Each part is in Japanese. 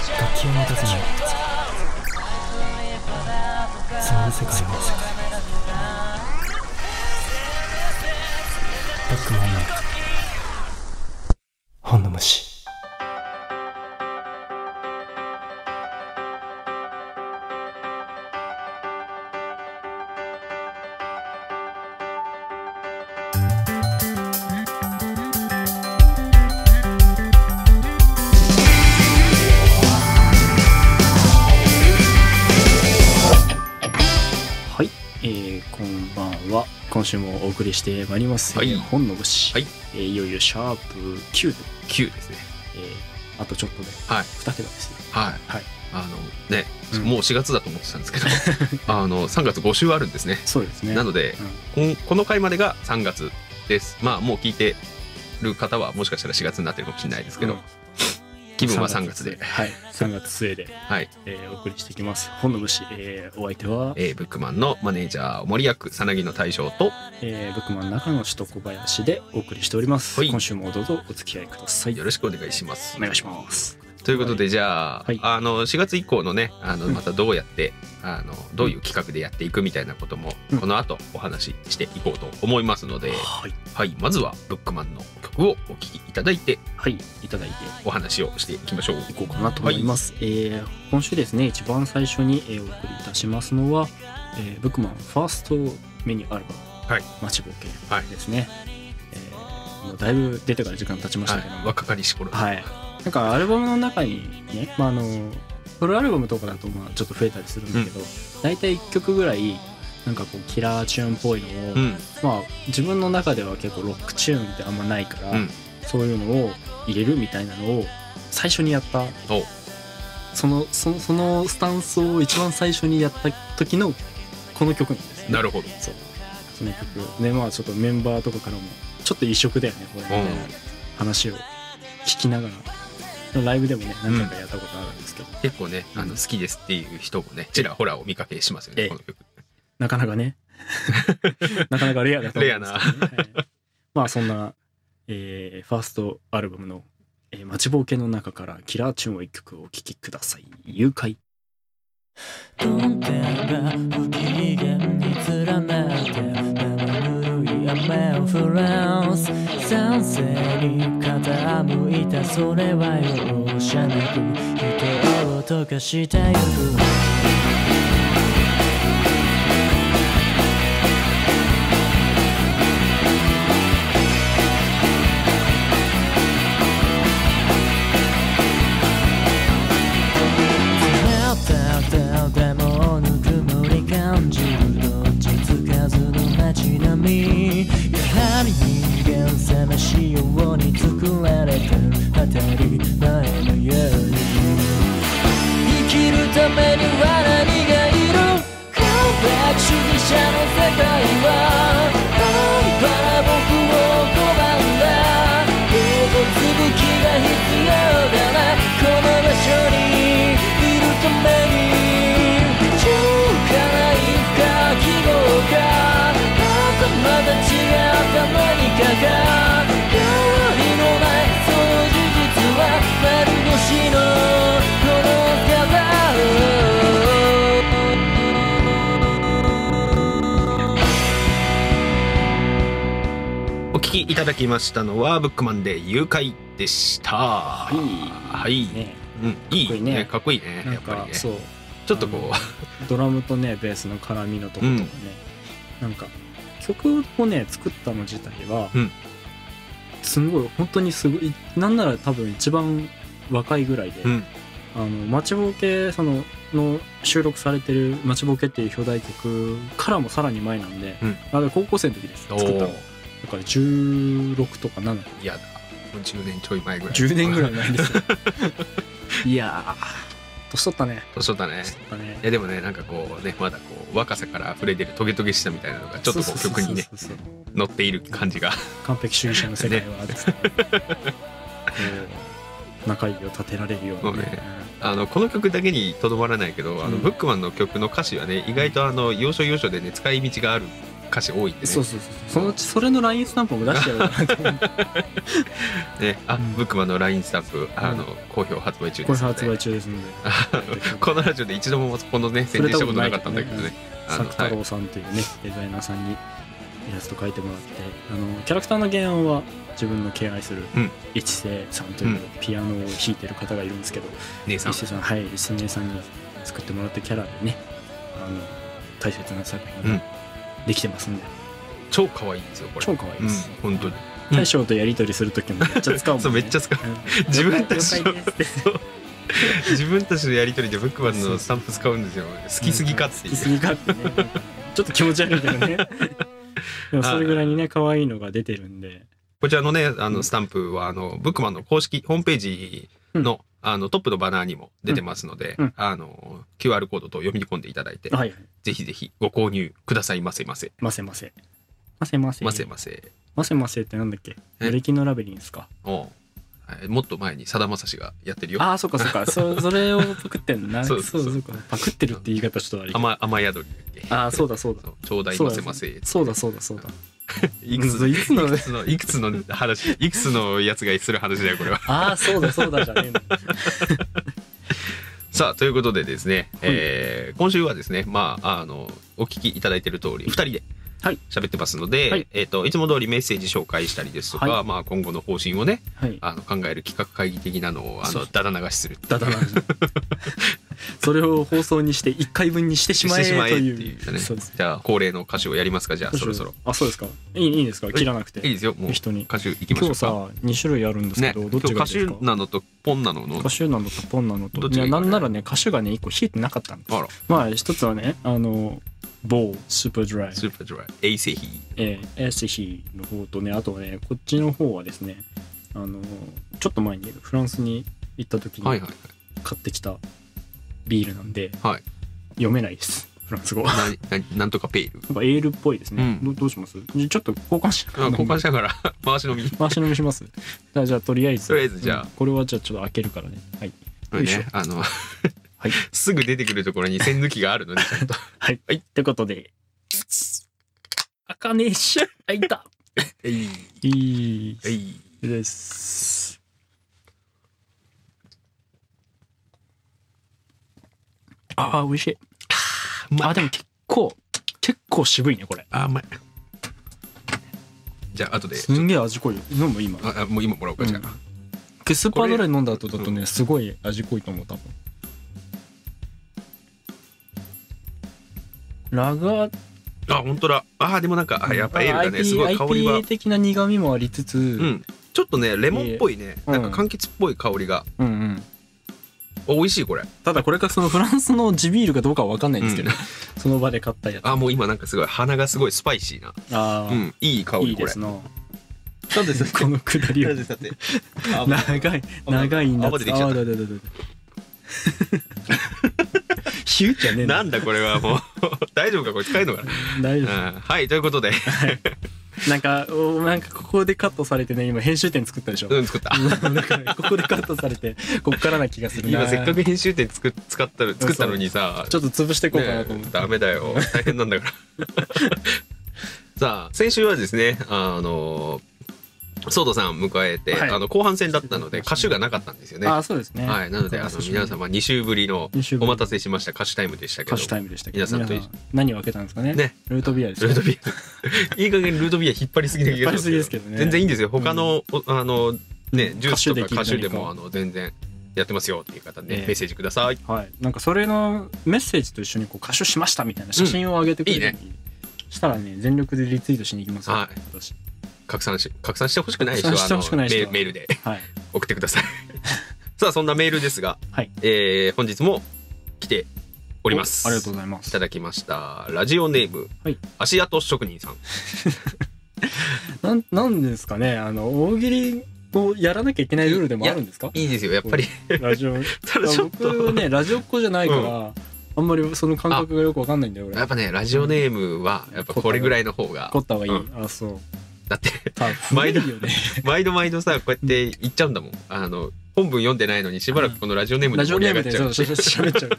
たずまいその世界もバックマンの本の虫はい、えー、こんばんは。今週もお送りしてまいります。はいえー本の虫。はい。えー、いよいよシャープ9と、 9ですね。えー、あとちょっとで、はい2桁ですよ。はい。はい。あの、ね、うんもう4月だと思ってたんですけど、 あの、3月5週あるんですね。そうですね。なので、こんこの回までが3月です。まあ、もう聞いてる方は、もしかしたら4月になってるかもしれないですけど、うん気分は3月で。はい。3月末で、はい。えー、お送りしていきます。本の虫、えー、お相手は、えー、ブックマンのマネージャー、森役、さなぎの大将と、えー、ブックマン中の首都小林でお送りしております。はい今週もどうぞお付き合いください。よろしくお願いしますお。願いします。ということで、じゃあ、はいあの、4月以降のね、あの、うんまたどうやって、あの、どういう企画でやっていくみたいなことも、うんこの後お話ししていこうと思いますので、はい。はい、まずはブックマンの曲をお聴きいただいてはい。いただいてお話をしていきましょう。いこうかなと思います、えー今週ですね一番最初にえーお送りいたしますのは、えーブックマンファーストメニューアルバム「はい、マチボケはい」ですね、えーもうだいぶ出てから時間経ちましはたいけど、も、若かりし頃。はい、なんかアルバムの中にね、まあ、あのソロアルバムとかだとまあちょっと増えたりするんだけど、大体1曲ぐらいなんかこうキラーチューンっぽいのを、うん、まあ自分の中では結構ロックチューンってあんまないから、うんそういうのを入れるみたいなのを最初にやったおそのそのそのスタンスを一番最初にやった時のこの曲なんですねなるほど。そうその曲でまあちょっとメンバーとかからもちょっと異色だよねこれみたいなうん話を聞きながらライブでもね何回かやったことあるんですけど、結構ね、あの好きですっていう人もね、ちらほらお見かけしますよええね、この曲。なかなかね なかなかレアだと思うんですけど、ね、はいまあそんな、えーファーストアルバムの「えー、待ちぼうけ」の中からキラーチューンを一曲お聴きください「誘拐論点が不機嫌に連なって生ぬるい雨を降らす賛成に傾いたそれは容赦なく否定を溶かしてゆくでもぬくもり感じる落ち着かずの街並みやはり人間さましように作られた当たり前のように生きるためには何がいる完璧主義者の世界は愛から僕を拒んだ水しぶきが必要だなこの場所にいるために「超かない不可希望か」「仲間たちが頭にかか」「変わりのないその事実は丸腰のこの方を」お聴きいただきましたのは、ブックマンで誘拐でした。ははい。」ねうん、いいね。かっこいいね。なんやっぱりかね。そうちょっとこドラムとねベースの絡みのとことかね、なんか曲をね作ったの自体は、うんすごい本当にすごいなんなら多分一番若いぐらいで、う、うん、あの待ちぼうけそのの収録されてる「待ちぼうけ」っていう表題曲からもさらに前なんで、うんあれ高校生の時ですお作ったのだーから16とか7いやだ。もう10年ちょい前ぐらい。 10年ぐらいい。前ですよ いやー年取ったね年取ったね。年取ったねいやでもね、なんかこうね、まだこう、若さから溢れ出るトゲトゲしさみたいなのが、ちょっとこう曲にね、そうそうそうそう乗っている感じが。 完璧主義者の世界はですねこう中指を立てられるようなねそうねあのこの曲だけにとどまらないけど、あうのんブックマンの曲の歌詞はね意外とあの要所要所でね使い道がある歌詞多いんでねそうそうそうそのうちそれの LINE スタンプも出してやろうかなと思ってねあ、うんブックマンのラインスタンプあの、う好評発売 中こでれすので発売中ですのでこのラジオで一度もこのね宣伝したことなかったんだけどねあの作太郎さんというね、デザイナーさんにイラスト描いてもらってあのキャラクターの原案は自分の敬愛するうん一世さんというピアノを弾いてる方がいるんですけど、はい、姉さん一世さんはい一世さんに作ってもらったキャラでねあの大切な作品ができてますんで、超可愛いんですよこれ超可愛いです、うん本当に大将とやり取りする時もめっちゃ使うもん、ね、そうめっちゃ使う自分たちの了解です自分たちのやり取りでブックマンのスタンプ使うんですよ好きすぎかってい好きすうぎかってねちょっと気持ち悪いけど ねでもそれぐらいにね可愛いのが出てるんでこちらのねあのスタンプはあのブックマンの公式ホームページの,、あのトップのバナーにも出てますので、うんうんあの QR コードと読み込んでいただいて、はいぜひぜひご購入くださいませませませませませませませませませませってなんだっけえやる気のラベリンですかおうはいもっと前にさだまさしがやってるよああそっかそっかそそれをパクってんな そそううそうそうそうそうかパクってるって言い方ちょっと悪いけど雨雨宿りだっけああそうだそうだそうちょうだいそうまだせませそうだそうだそうだいくついつのいくつのいくつの話いくつのやつがする話だよこれはああそうだそうだじゃねえのさあということでですね、えー今週はですねまああのお聞きいただいてる通り2人ではい喋ってますので、はいいえー、といつも通りメッセージ紹介したりですとか、はまあ、今後の方針をねはいあの考える企画会議的なのをあそのうだだ流しするだだなそれを放送にして一回分にしてしまえというねそうですじゃあ恒例の歌手をやりますかじゃあそろそろあそうですかいいいいんですか切らなくていいですよもう人に歌手いきま今しょう日かさ2種類あるんですけねど、ど今っち日がい歌いです手かなのとポンなのの歌手なのとポンなのどとっいちがやいいかなねんならね歌手がね1個冷えてなかったんですあらまあ一つはねあの某スーパードライスーパードライ衛生費えーエースヒーの方とねあとはねこっちの方はですねあのちょっと前にフランスに行った時にはい買はいってきたビールなんで、はい読めないですフランス語 なはいなななんとかペールんかエールっぽいですね、うんどどうしますじゃちょっと交換しながらあ交換したから回し飲み回し飲みしますじゃあじゃあとりあえずとりあえずじゃあうんこれはじゃあちょっと開けるからねはいこれねあのはいすぐ出てくるところに栓抜きがあるの でちゃんとはい。はいってことで。開かねえし。開いた。はいいいはいです。ああ、美味しい。うまいあ、でも結構、結構渋いね、これ。あうまいじゃあ後ですんげえ味濃いよ。飲む今。ああもう今もらおうかじゃあ、でスーパードライ飲んだ後だとね、すごい味濃いと思う、多分。ラガーあ本当だあでもなんかあやっぱエールだね IPA すごい香りは IPA 的な苦味もありつつ、う、うんんちょっとねレモンっぽいねうんなんか柑橘っぽい香りがうんうんお美味しいこれただこれがそのフランスの地ビールかどうかは分かんないんですけど、うその場で買ったやつああもう今なんかすごい鼻がすごいスパイシーなあうー、んいい香いりいこでれすななんでさこのくだりはなんでさ てあもう長い長いんだ泡出てきちゃったあーだだだだヒューじゃねえんだなんだこれはもう 大丈夫かこれ使えるのか大丈な、うん、はいという ことで夫なんかおなんかここでカットされてね今編集点作ったでしょうん作ったなんかねここでカットされてこっからな気がするな今せっかく編集点作っ使ったの作ったのにさちょっと潰していこうかなと思っねえて、ダメだよ大変なんだから さあ先週はですねあのソードさんを迎えて、はいあの後半戦だったので歌手がなかったんですよねあはあそうですねいなのであの皆様2週ぶりの二週ぶおり待たせしました歌手タイムでしたけど歌手タイムでしたけど皆さんと一緒何を開けたんですかねねルートビアでしたルートビア いい加減ルートビア引っ張りすぎな気引っが張りすぎですけどね全然いいんですよ他の、おあのねジュースとか歌歌手手でできる何かもあの全然やってますよっていう方ね、ええメッセージくださいはい、なんかそれのメッセージと一緒にこう歌手しましたみたいな写真を上げてくれたり、したらね全力でリツイートしに行きますよ、はい私拡散し拡散してほしくない人は拡散してほしくない人はあのメールメールで はい送ってください さあそんなメールですが、はいえー本日も来ておおりますありがとうごいざいますただきましたラジオネーム、はい足跡職人さんなんなんですかねあの大喜利をやらなきゃいけないルールでもあるんですかいいですよやっぱりラジオ ただちょっ僕と、はねラジオっ子じゃないから、あんまりその感覚がよくわかんないんだよやっ俺ぱねラジオネームはやっぱこれぐらいの方が凝った方がいい、うあそうだってた前前田だよね 毎度毎度さこうやって言っちゃうんだもんあの本文読んでないのにしばらくこのラジオネームでラジ盛オりネ上ーがムっでちそゃううしそうゃべっ ちゃう、っ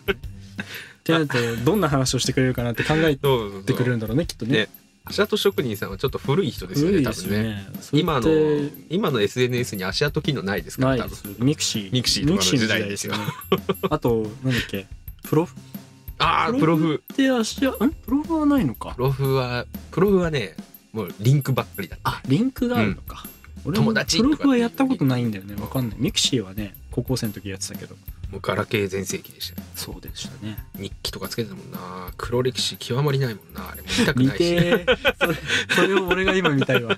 てなるとどんな話をしてくれるかなって考えそうそうてくれるんだろうねきっとねね足跡職人さんはちょっと古い人ですよ古ねい多で分すねよね。それって今の今の SNS に足跡機能ないですかならい多で分す。ミクシー。ミクシーとかの時代ですよミクシーの時代ですよね。あと、なんだっけ、プロフっああプロフて足や、んプロフはないのかプ。ロフはプロフはねもうリンクばっかりだあ、リンクがあるのか。俺も友達プとかロフはやったことないんだよね。わかんない。ミクシーはね、高校生の時やってたけど。もうガラケー全盛期でしたよそうでしたね。日記とかつけてたもんな黒歴史極まりないもんなあれもう見たく見ないしてーそれそれを俺が今見たいわ。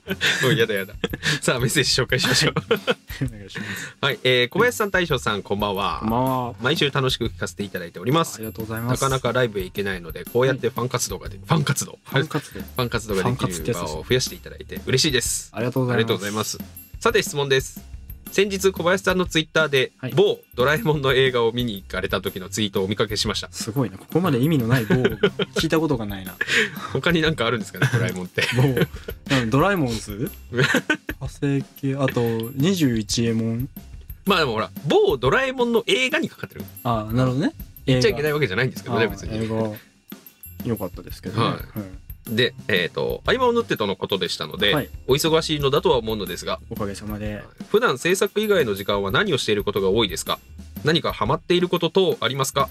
もうやだ やださあメッセージ紹介しましょうお願いします。はい、えー、小林さん大将さんこんばんは、まあ、毎週楽しく聞かせていただいておりまあすりがとうございまなす。かなかライブへ行けないのでこうやってファン活動がで、ファン活動ファン活動。ファン活動がでファン活っきてるやつ場ですを増やしていただいて嬉しいですありがとうごあざいます。りがとうございま。す。さて質問です。先日小林さんのツイッターで、はい某ドラえもんの映画を見に行かれた時のツイートをお見かけし ました。すごいな。ここまで意味のない棒を聞いたことがないな。他になんかあるんですかね、ドラえもんって。 もうなんドラえもんズ派生系あと21エモンまあでもほら、某ドラえもんの映画にかかってる。あなるほどね言映っちゃいけないいわけじゃないんですけどね、別映に。画良かったですけどね、はいで、えっ、と、合間を縫ってとのことでしたので、はいお忙しいのだとは思うのですが、おかげさまで普段制作以外の時間は何をしていることが多いですか何かハマっていること等ありますか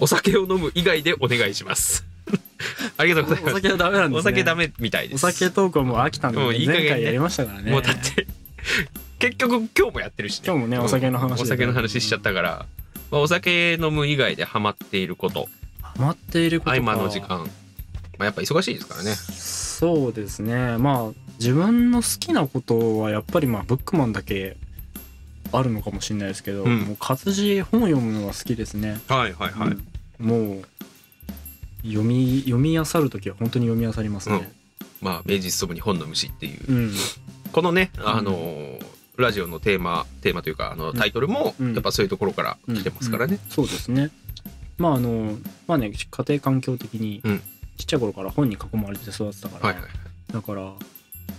お酒を飲む以外でお願いします。 ありがとうございます。はダメなんお酒ダメみたいでおす。酒トークはもう飽きたんでもういい加減ね前回やりましたからねもうだって結局今日もやってるし、今日もねお酒の話うんでお酒の話しちゃったから、まあ、お酒飲む以外でハマっていることハマっていること合か間の時間、まあ、やっぱ忙しいですからねそうですねまあ自分の好きなことはやっぱりまあブックマンだけあるのかもしれないですけど、うんもう活字本読むのが好きですねはいはいはい、もう読み読み漁る時は本当に読み漁りますね。まあ名実ともに本の虫っていう、うん、このねあのーラジオのテーマテーマというかあのタイトルもうんやっぱそういうところから来てますからね、そうですね。まああのまあね家庭環境的に、うんちっちゃい頃から本に囲まれて育ってたから、はいはいだから。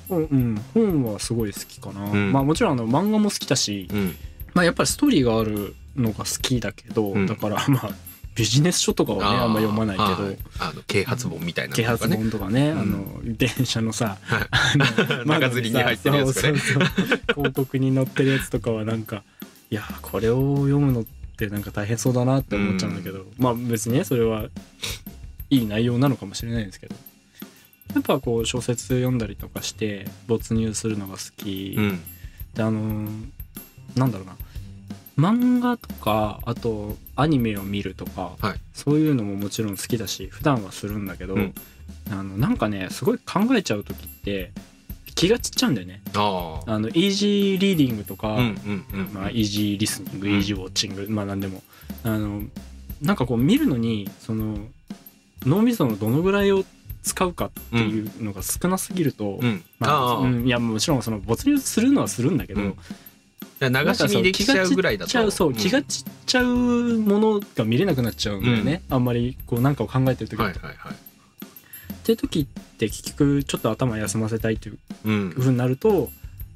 うんうん、本はすごい好きかな、んまあもちろんあの漫画も好きだし、うんまあ、やっぱりストーリーがあるのが好きだけど、うんだから まあビジネス書とかはねーあんま読まないけど、はいあの啓発本みたいな啓のと発かね本とかね、うんあの電車のさ、はいあの 中吊りに入ってるやつとかね窓にさそうそうそう広告に載ってるやつとかはなんかいやーこれを読むのってなんか大変そうだなって思っちゃうんだけど、まあ別にねそれはいい内容なのかもしれないんですけどやっぱこう小説読んだりとかして没入するのが好き、うんであのーなんだろうな漫画とかあとアニメを見るとか、はいそういうのももちろん好きだし普段はするんだけど、うんあのなんかねすごい考えちゃう時って気が散っちゃうんだよね。あああのイージーリーディングとか、うんうんうんまあ、イージーリスニング、うんイージーウォッチングまあ何でもあのなんかこう見るのにその脳みそのどのぐらいを使うかっていうのが少なすぎると、うんまあああうんいやもちろんその没入するのはするんだけど、うん流し見できちゃうぐらいだとちゃうそう気が散っちゃうものが見れなくなっちゃうんだよね、あんまりこう何かを考えてる時、はいっはいはいて時って結局ちょっと頭休ませたいといううんふうになると、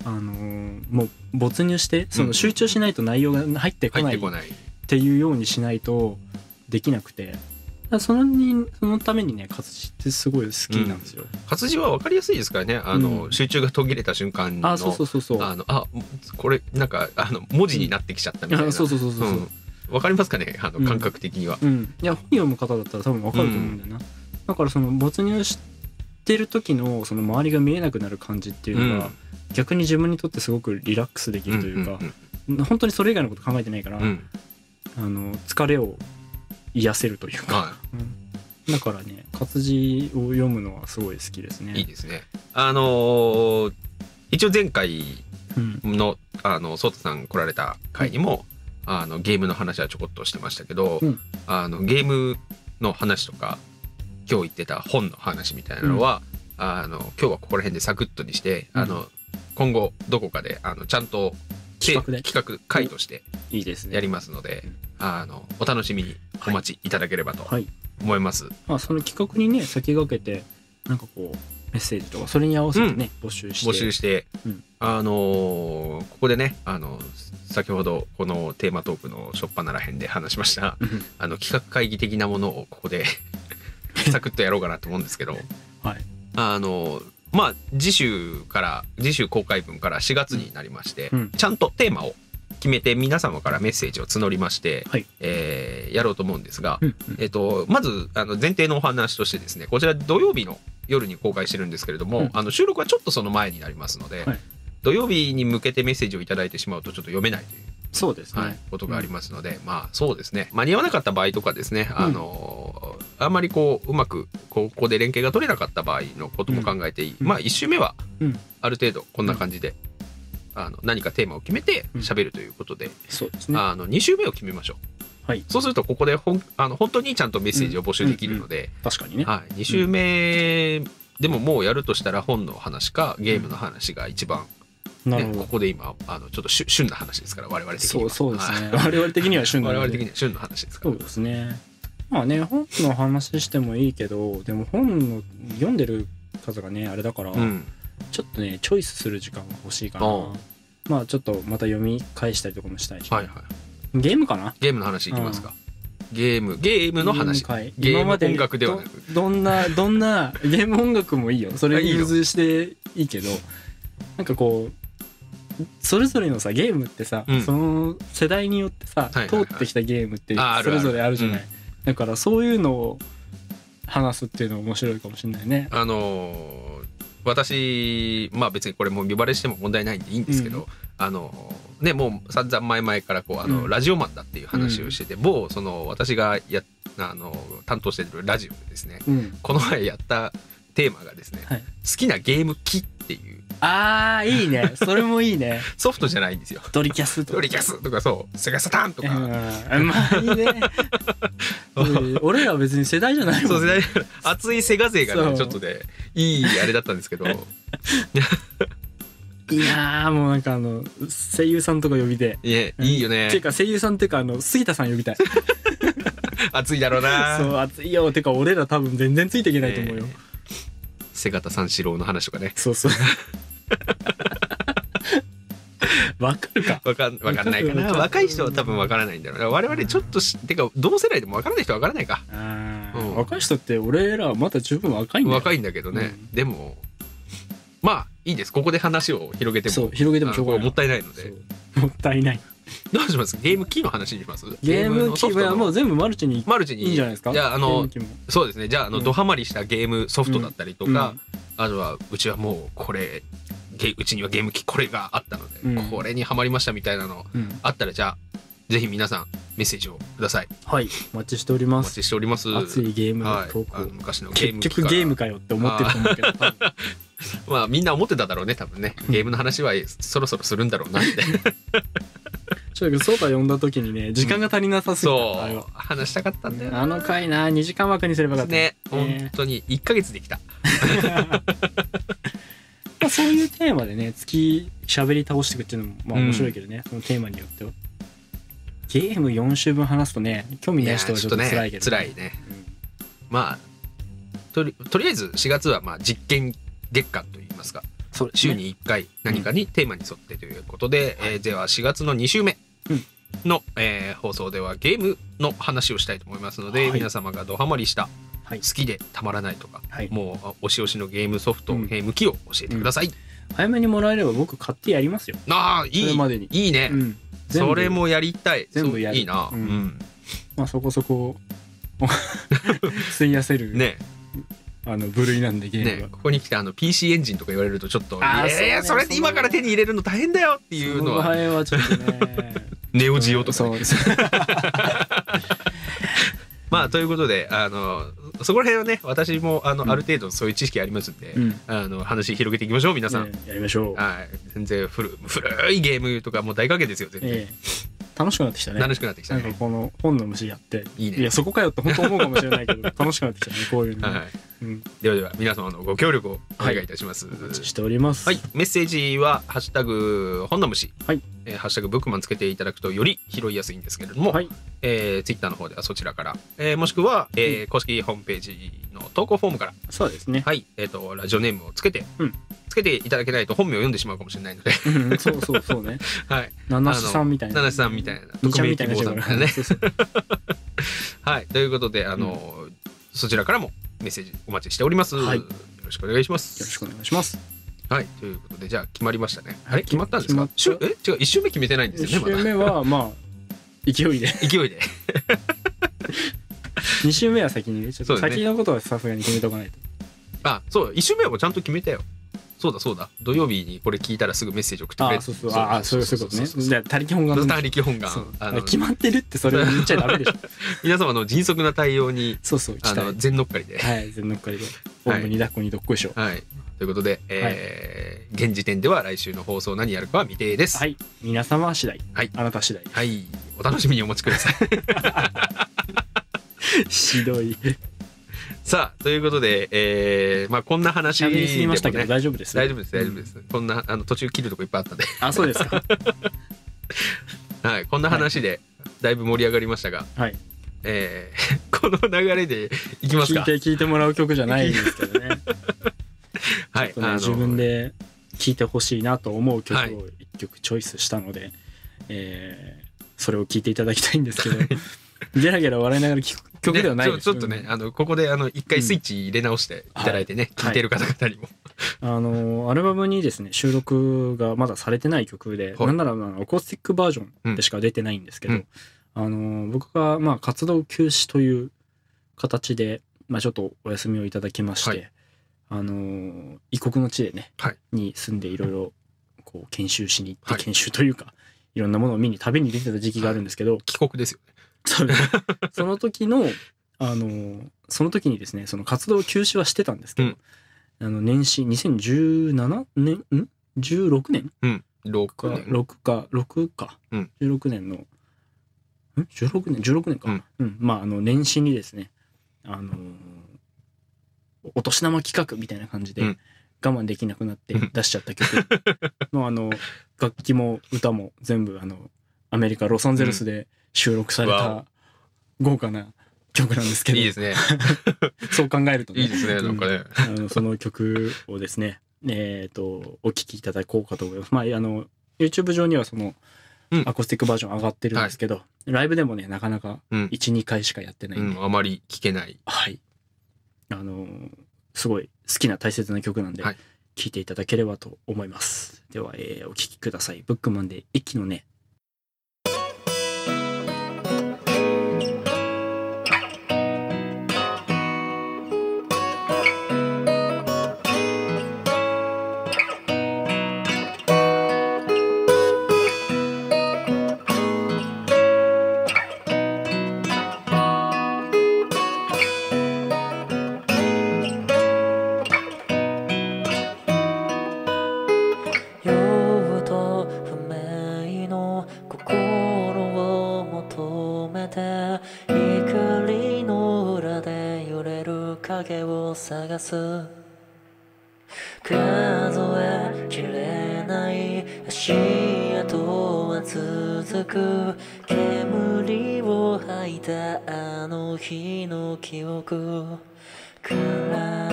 あのーもう没入してその集中しないと内容が入ってこ入っないてこっないていうようにしないとできなくてだからそのにそのためにね活字ってすごい好きなんですよ。活字は分かりやすいですからねあの、うん集中が途切れた瞬間のあそうそうそうそう。あのあこれなんかあの文字になってきちゃったみたいな、あそうそうそうそうそう。うんわかりますかねあうんの感覚的には、うん、いや本読む方だったら多分わかると思うんだよな、だからその没入してる時のその周りが見えなくなる感じっていうのが、うん逆に自分にとってすごくリラックスできるというか、本当にそれ以外のこと考えてないから、うんうんうんあの疲れを癒せるというか、はうんだからね活字を読むのはすごい好きですねいいいですねあのー一応前回うんのあのソータさん来られた回にも、あのゲームの話はちょこっとしてましたけど、うんあのゲームの話とか今日言ってた本の話みたいなのは、あの今日はここら辺でサクッとにして、うんあの今後どこかであのちゃんと企画で企画会としていいですねやりますので、うんあのお楽しみにお待ちいただければとはい、思います。まあ、その企画にね先駆けてなんかこうメッセージとかそれに合わせてね、募集して募集して、うんあのーここでね、あの先ほどこのテーマトークの初っ端なら辺で話しましたうん あの企画会議的なものをここでサクッとやろうかなと思うんですけど、はいあのまあ次週から次週公開分から4月になりまして、うんちゃんとテーマを決めて皆様からメッセージを募りまして、はいえーやろうと思うんですが、うんえっと、まずあの前提のお話としてですねこちら土曜日の夜に公開してるんですけれども、うんあの収録はちょっとその前になりますので、はい土曜日に向けてメッセージを頂いただいてしまうとちょっと読めないというそうですね、はい、ことがありますので、まあそうですね間に合わなかった場合とかですね、あのあんまりこううまくここで連携が取れなかった場合のことも考えていい、うんまあ1周目はうんある程度こんな感じで、あの何かテーマを決めて喋るということで、そうですねあの2周目を決めましょう、はいそうするとここでほんあの本当にちゃんとメッセージを募集できるので、確かにねはい、2周目でももうやるとしたら本の話かゲームの話が一番、なねるほこどこで今あのちょっと旬旬な話ですから我々的にそはうそうですね はい我々的には旬な我の々で的には旬の話ですかそらうですねまあね本の話してもいいけどでも本の読んでる数がねあれだから、うんちょっとねチョイスする時間が欲しいかなああまあちょっとまた読み返したりとかもしたいし、はいはいゲームかなゲームの話いきますかゲームゲームのゲー話ム界ゲー今ムまで音楽ではなくどどんなどんな ゲーム音楽もいいよそれにあいいの融通していいけどなんかこうそれぞれのさゲームってさ、うんその世代によってさ、はいはいはい通ってきたゲームってああそるれぞれあるじゃないあるだからそういうのを話すっていうの面白いかもしれないねあのー私まあ別にこれもう見バレしても問題ないんでいいんですけど、うあのーねもう散々前々からこうあの、うんラジオマンだっていう話をしてて、某その私がやあのー担当してるラジオでですねうんこの前やったテーマがですね、はい好きなゲーム機っていうあーいい ねそれもいいねソフトじゃないんですよドリキャスとドかリキャスとかそうセガサターンとか、うんまあい いねうん俺らは別に世代じゃないそもうんですね 熱いセガ勢がそねうちょっとねいいあれだったんです けどいやーもうなんかあの声優さんとか呼びでいえいいよねていうか声優さんっていうかあの杉田さん呼びたい熱いだろうなそう熱いよてか俺ら多分全然ついていけないと思うよ、ええ瀬形三四郎の話とかねそうそうわかるかわかんわかんないかわなかる若い人は多分わからないんだろうな我々ちょっとしてか同世代でもわからない人はわからないかあーうん若い人って俺らはまだ十分若いんだよ若いんだけどね、うんでもまあいいですここで話を広げてそもう広げてもしょうがあのないもったいないのでそうもったいないどうしますゲームキーの話にしますゲームの機ソフトはのもう全部マルチにいマルチにいんじゃないですかじゃああのゲーム機もそうですねじゃああの、うんドハマりしたゲームソフトだったりとか、うんあとはうちはもうこれゲうちにはゲーム機これがあったので、うんこれにはまりましたみたいなのうんあったらじゃあぜひ皆さんメッセージをくださいはいお待ちしておりおま待すちしております熱いゲームのはいトークを、あの昔のゲー結ム機局からゲームかよって思ってると思うけど多分まあみんな思ってただろうね多分ねゲームの話はそろそろするんだろうなって ちょっとそうか呼んだ時にね時間が足りなさすぎた、あれそはう話したかったんだよなあの回な2時間枠にすればよかったねね本当に1ヶ月できた まあ、そういうテーマでね月喋り倒していくっていうのもまあうん面白いけどね、そのテーマによってはゲーム4週分話すとね興味いなやい人ーはちちょょっっととね辛いけど、辛ねいねまあとりとりあえず4月はまあ実験月間といいますかそうです週ねに1回何かにテーマに沿ってということで、えーでは4月の2週目うんの、えー放送ではゲームの話をしたいと思いますので、はい皆様がドハマりしたはい好きでたまらないとか、はいもうあ押し押しのゲームソフト、うんゲーム機を教えてください、早めにもらえれば僕買ってやりますよああいそれいまでにいいね、うん全部それもやりたい全部やるそういいな、ううんんまあそこそ こ 吸い痩せる、ねあの部類なんでゲームは、ねここに来てあの PC エンジンとか言われるとちょっといあーやいやそそうねれって今から手に入れるの大変だよっていうのそ場は合はちょっとねネオジオとかね、そうですまあということであのそこら辺はね私もあの、ある程度そういう知識ありますんで、うんあの話広げていきましょう皆さん、ねやりましょう、はい全然古古いゲームとかもう大歓迎ですよ全然、ええ楽しくなってきたね楽しくなってきたなんねかこの本の虫やっていいねやそこかよって本当思うかもしれない けど楽しくなってきたねこういうのね、はいうん、ではでは皆様のご協力をお願いいたします、お待ちしておりますはい、メッセージは「ハッシュタグ本の虫」はいえーハッシュタグブックマン」つけていただくとより拾いやすいんですけれども、はいえー、ツイッターの方ではそちらから、えーもしくは、えー公式ホームページの投稿フォームから、そうですね、はいえー、とラジオネームをつけて、うんつけていただけないと本名を読んでしまうかもしれないので、 うんそうそうそうねはい、七七さんみたいな七瀬さんみたいな二ちゃんみたいな人匿名希望がさんみたいなねそうそう はい、ということであの、そちらからもメッセージお待ちしております。はいよろしくお願いします。ろしくお願いします。はい、ということで、じゃあ決まりましたね。あはれい決まったんですか決週まっえ違う、1週目決めてないんです1よね、ま週だ。目は、まあ、勢いで。勢いで。 2週目は先にね、ちょっそうとだね先のことはさすがに決めとかないと。あ、そう、1週目はもうちゃんと決めたよ。そうだそうだ。土曜日にこれ聞いたらすぐメッセージ送ってくれああ、そうそう、ああ、そういうそういうことね。じゃあ、他力本願ドのタリ基本がそうあの決まってるってそれを言っちゃダメでしょ。皆様の迅速な対応にそうそう、期あ待。の全乗っかりで。はい、全乗っかりで。おんぶに抱っこにどっこいしょ。はい。ということで、えー現時点では来週の放送何やるかは未定です。。はいい、皆様次第。はいあなた 次第。はい。お楽しみにお待ちくださ い。ひどい。さあ、ということで、えーまあこんな話で喋もりすぎましたけどね。大丈夫です。大丈夫です、大丈夫です。こんな、あの、途中切るとこいっぱいあった んで。あ、そう ですか。はい。こんな話で、だいぶ盛り上がりましたが、はい。えー この流れでいきます聞かいて。聞いてもらう曲じゃないんですけど ね。はい。ちょっとね自分で聞いてほしいなと思う曲はいを一曲チョイスしたので、えーそれを聞いていただきたいんですけど、ゲラゲラ笑いながら聞く曲ではないねでちすょちょっとね、あのここであの一回スイッチ入れ直していただいてね、うんはい聞いてる方々にも、あのアルバムにですね収録がまだされてない曲で、はいなんならまあアコースティックバージョンでしか出てないんですけど、うんあの僕がまあ活動休止という形で、まあ、ちょっとお休みをいただきまして、はいあの異国の地でね、はいに住んでいろいろこう研修しに行って、はい研修というかいろんなものを見に旅に出てた時期があるんですけど、帰国ですよね。それその時の、あの、その時にですね、その活動を休止はしてたんですけど、あの、年始、2017年、ん ?16 年うん、六か、年。 6か、6か、うん16年の、ん ?16 年 ?16 年か、ううんん、まあ、あの、年始にですね、あのーお年玉企画みたいな感じで、うん我慢できなくなってうん出しちゃった 曲の、あの、楽器も歌も全部、あの、アメリカ・ロサンゼルスで収録されわた豪華な曲なんですけど、いいですね。そう考えるとねいいですね。うんなんかね。あのその曲をですね、えっ、と、お聴きいただこうかと思います。まあ、あの、YouTube 上にはそのうん、アコースティックバージョン上がってるんですけど、ライブでもね、なかなかうん1、2回しかやってないうんで、ん、あまり聞けない。はい。あのー、すごい好きな大切な曲なんで、はい聴いていただければと思います。では、えーお聴きください。ブックマンで一気のね、用と不明の心を求めて光の裏で揺れる影を探す数えきれない足跡は続く煙を吐いたあの日の記憶から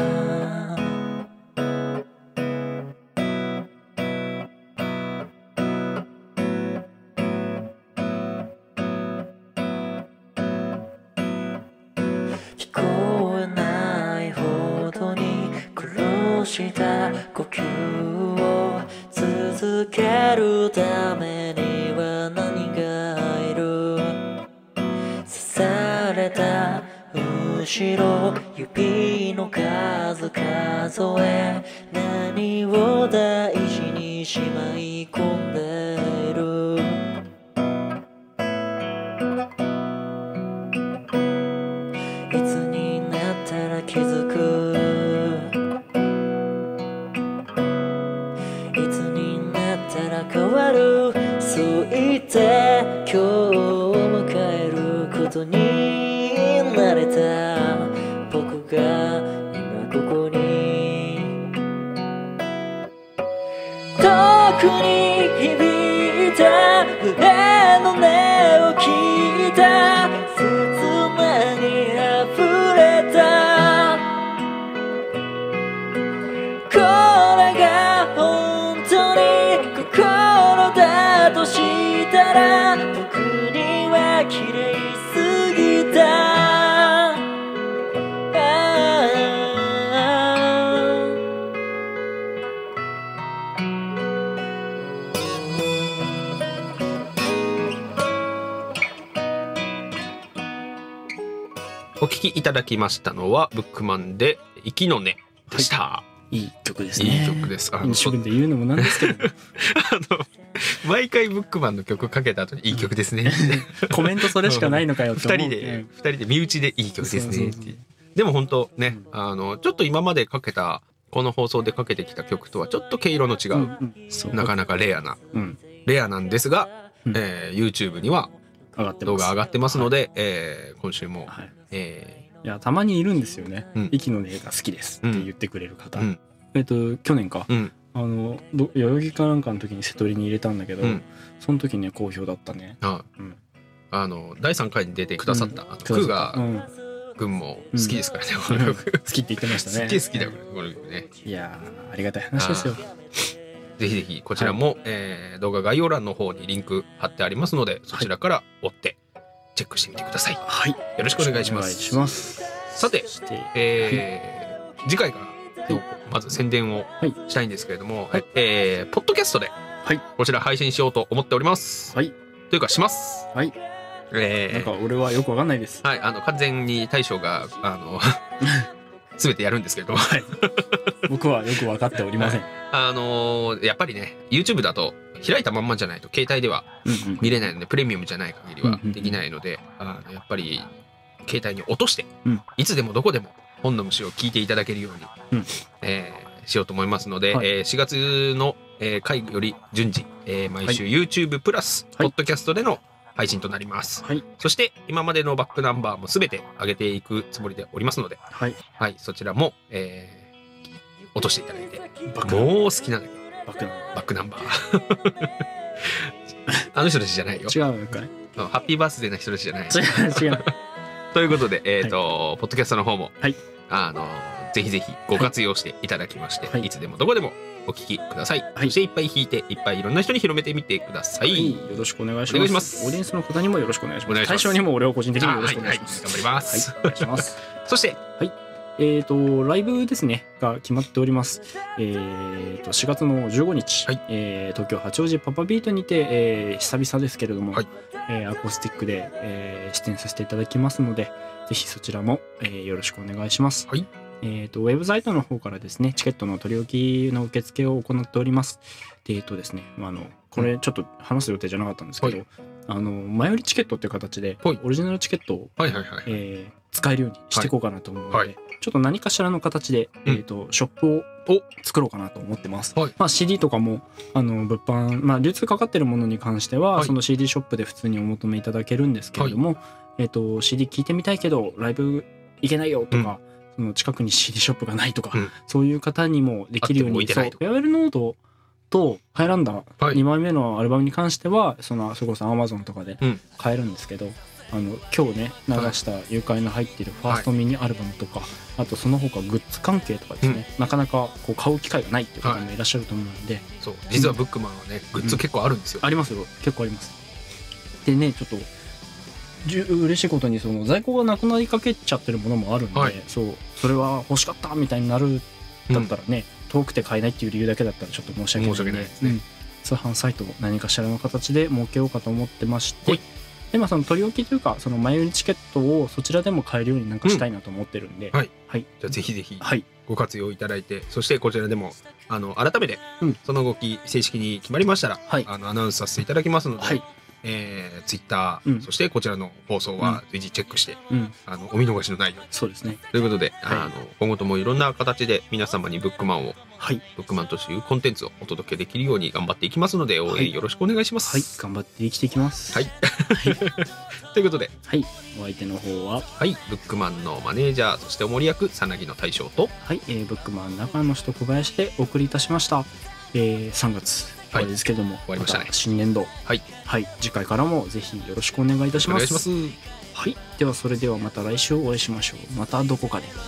聞こえないほどに苦した呼吸を続けるためには何がいる刺された後ろ指の数数え何を大事にしまい込んでいるいつになったら気づくいつになったら変わるそう言って今日を迎えることになれた僕が今ここに遠くに響いた胸の音を聞いた切なに溢れたこれが本当に心だとしたら僕には綺麗すぎたああお聴きいただきましたのは、ブックマンで、息の根でした。いい曲ですい、ねい曲です。あの、自分で言うのもなんですけど あの毎回ブックマンの曲かけた後に、いい曲ですね って。コメントそれしかないのかよって 思二う人で、二人で身内でいい曲ですねっそうそうそうて。でも本当ねう、んあの、ちょっと今までかけた、この放送でかけてきた曲とはちょっと毛色の違うんう、うんそうなかなかレアな、うんレアなんですが、うんえー YouTube には上がってま動す画上がってますので、えー今週も、はい、えいやたまにいるんですよね、うん息の根が好きですって言ってくれる方、うんえっと去年か、うんあのど代々木かなんかの時に瀬戸りに入れたんだけど、うんその時ね好評だったねーあうんあの、第3回に出てくださった、あとクーガうーん、好君も好きですからね、この曲。きって言ってましたすねっげえ 好きだよ、この曲ね。いやーありがたい話ですよぜひぜひこちらも、えー動画概要欄の方にリンク貼ってありますのでそちらから追ってチェックしてみてください。よはいよろしくお願いします。しますさてそ、してえー次回からの、はいまず宣伝をいしたいんですけれども、はいえーポッドキャストで、いこちら配信しようと思っております。はいというかします。はいえーなんか俺はよくわかんないですはい、あの完全に大将があ の全てやるんですけれども僕はよくわかっておりません、あのーやっぱりね YouTube だと開いたまんまじゃないと携帯ではうんうん見れないのでプレミアムじゃない限りはうんうんできないので、あのやっぱり携帯に落として、うんいつでもどこでも本の虫を聞いていただけるように、うんえーしようと思いますので、はいえー4月の、えー会より順次、えー毎週 YouTube プラス、はいポッドキャストでの配信となります、はいそして今までのバックナンバーも全て上げていくつもりでおりますので、はいはい、そちらも、えー落としていただいてバックナンバーもう好きなバックナンババックナンバーあの人たちじゃないよー違うのかいうんハッピーバースデーな人たちじゃない。違う違うということで、えっ、と、ポッドキャストの方も、はいあの、ぜひぜひご活用していただきまして、はいい、つでもどこでもお聞きください。はいそしていっぱい弾いて、いっぱいいろんな人に広めてみてください。はい、よろしくお願いします。お願いしますオーディエンスの方にもよろしくお願いします。お願いします対象にも俺は個人的にあよろはしい、くおは願いい、し頑ます。張りまはい、す。お願いします。 そして、えっ、と、ライブですね、が決まっております。 えっ、と、4月の15日、はいえー東京八王子パパビートにて、えー久々ですけれども、はいえーアコースティックで、えー出演させていただきますので、ぜひそちらも、えーよろしくお願いします。はいえっ、と、ウェブサイトの方からですね、チケットの取り置きの受付を行っております。で、えっ、とですね、まあ、あの、これちょっと話す予定じゃなかったんですけど、はあの、前売りチケットっていう形で、はいオリジナルチケットをはいはいはい。えー使えるようにしていこうかなと思うので、はいはちょっと何かしらの形で、うんえー、とショップを作ろうかなと思ってます、はいまあ、CD とかもあの物販、まあ、流通かかってるものに関しては、はいその CD ショップで普通にお求めいただけるんですけれども、えー、と CD 聞いてみたいけどライブ行けないよとか、その近くに CD ショップがないとか、うんそういう方にもできるようあっても置いにてそなういとかウェブノードと「ハイランダー」はい2枚目のアルバムに関してはそのそれこそ Amazon とかでうん買えるんですけど、あの今日ね流した「誘拐」の入っているファーストミニアルバムとか、あとその他グッズ関係とかですね、なかなかこう買う機会がないっていう方もいらっしゃると思うんで、そう、実はブックマンはね、グッズ結構あるんですよ。ありますよ結構ありますでねちょっとじゅ嬉しいことにその在庫がなくなりかけちゃってるものもあるんで、はいそうそれは欲しかったみたいになるうんだったらね、遠くて買えないっていう理由だけだったらちょっと申し訳ないん申し訳ないですねうん通販サイトを何かしらの形で設けようかと思ってまして、はいでまあその取り置きというかその前売りチケットをそちらでも買えるようになんかしたいなと思ってるんで、うんはいはいじゃあぜひぜひはいご活用いただいて、そしてこちらでも、あの、改めてうん、その動き、正式に決まりましたら、はいあの、アナウンスさせていただきますので、はいえー、Twitter、うんそしてこちらの放送は随時チェックして、うんあのお見逃しのないように。そうですねということで、はいあの今後ともいろんな形で皆様にブックマンをはいブックマンというコンテンツをお届けできるように頑張っていきますので応はい援よろしくお願いしまはいす。頑張って生きていきますはいということで、はい、お相手の方ははい、ブックマンのマネージャーそしてお守り役さなぎの大将とはい、えー、ブックマン中の人小林でお送りいたしました。えー、3月終わりですけども、終わりましたね新年度、はい、はい、次回からもぜひよろしくお願いいたしおま願す。いします。はい、ではそれではまた来週お会いしましょう。またどこかで。 「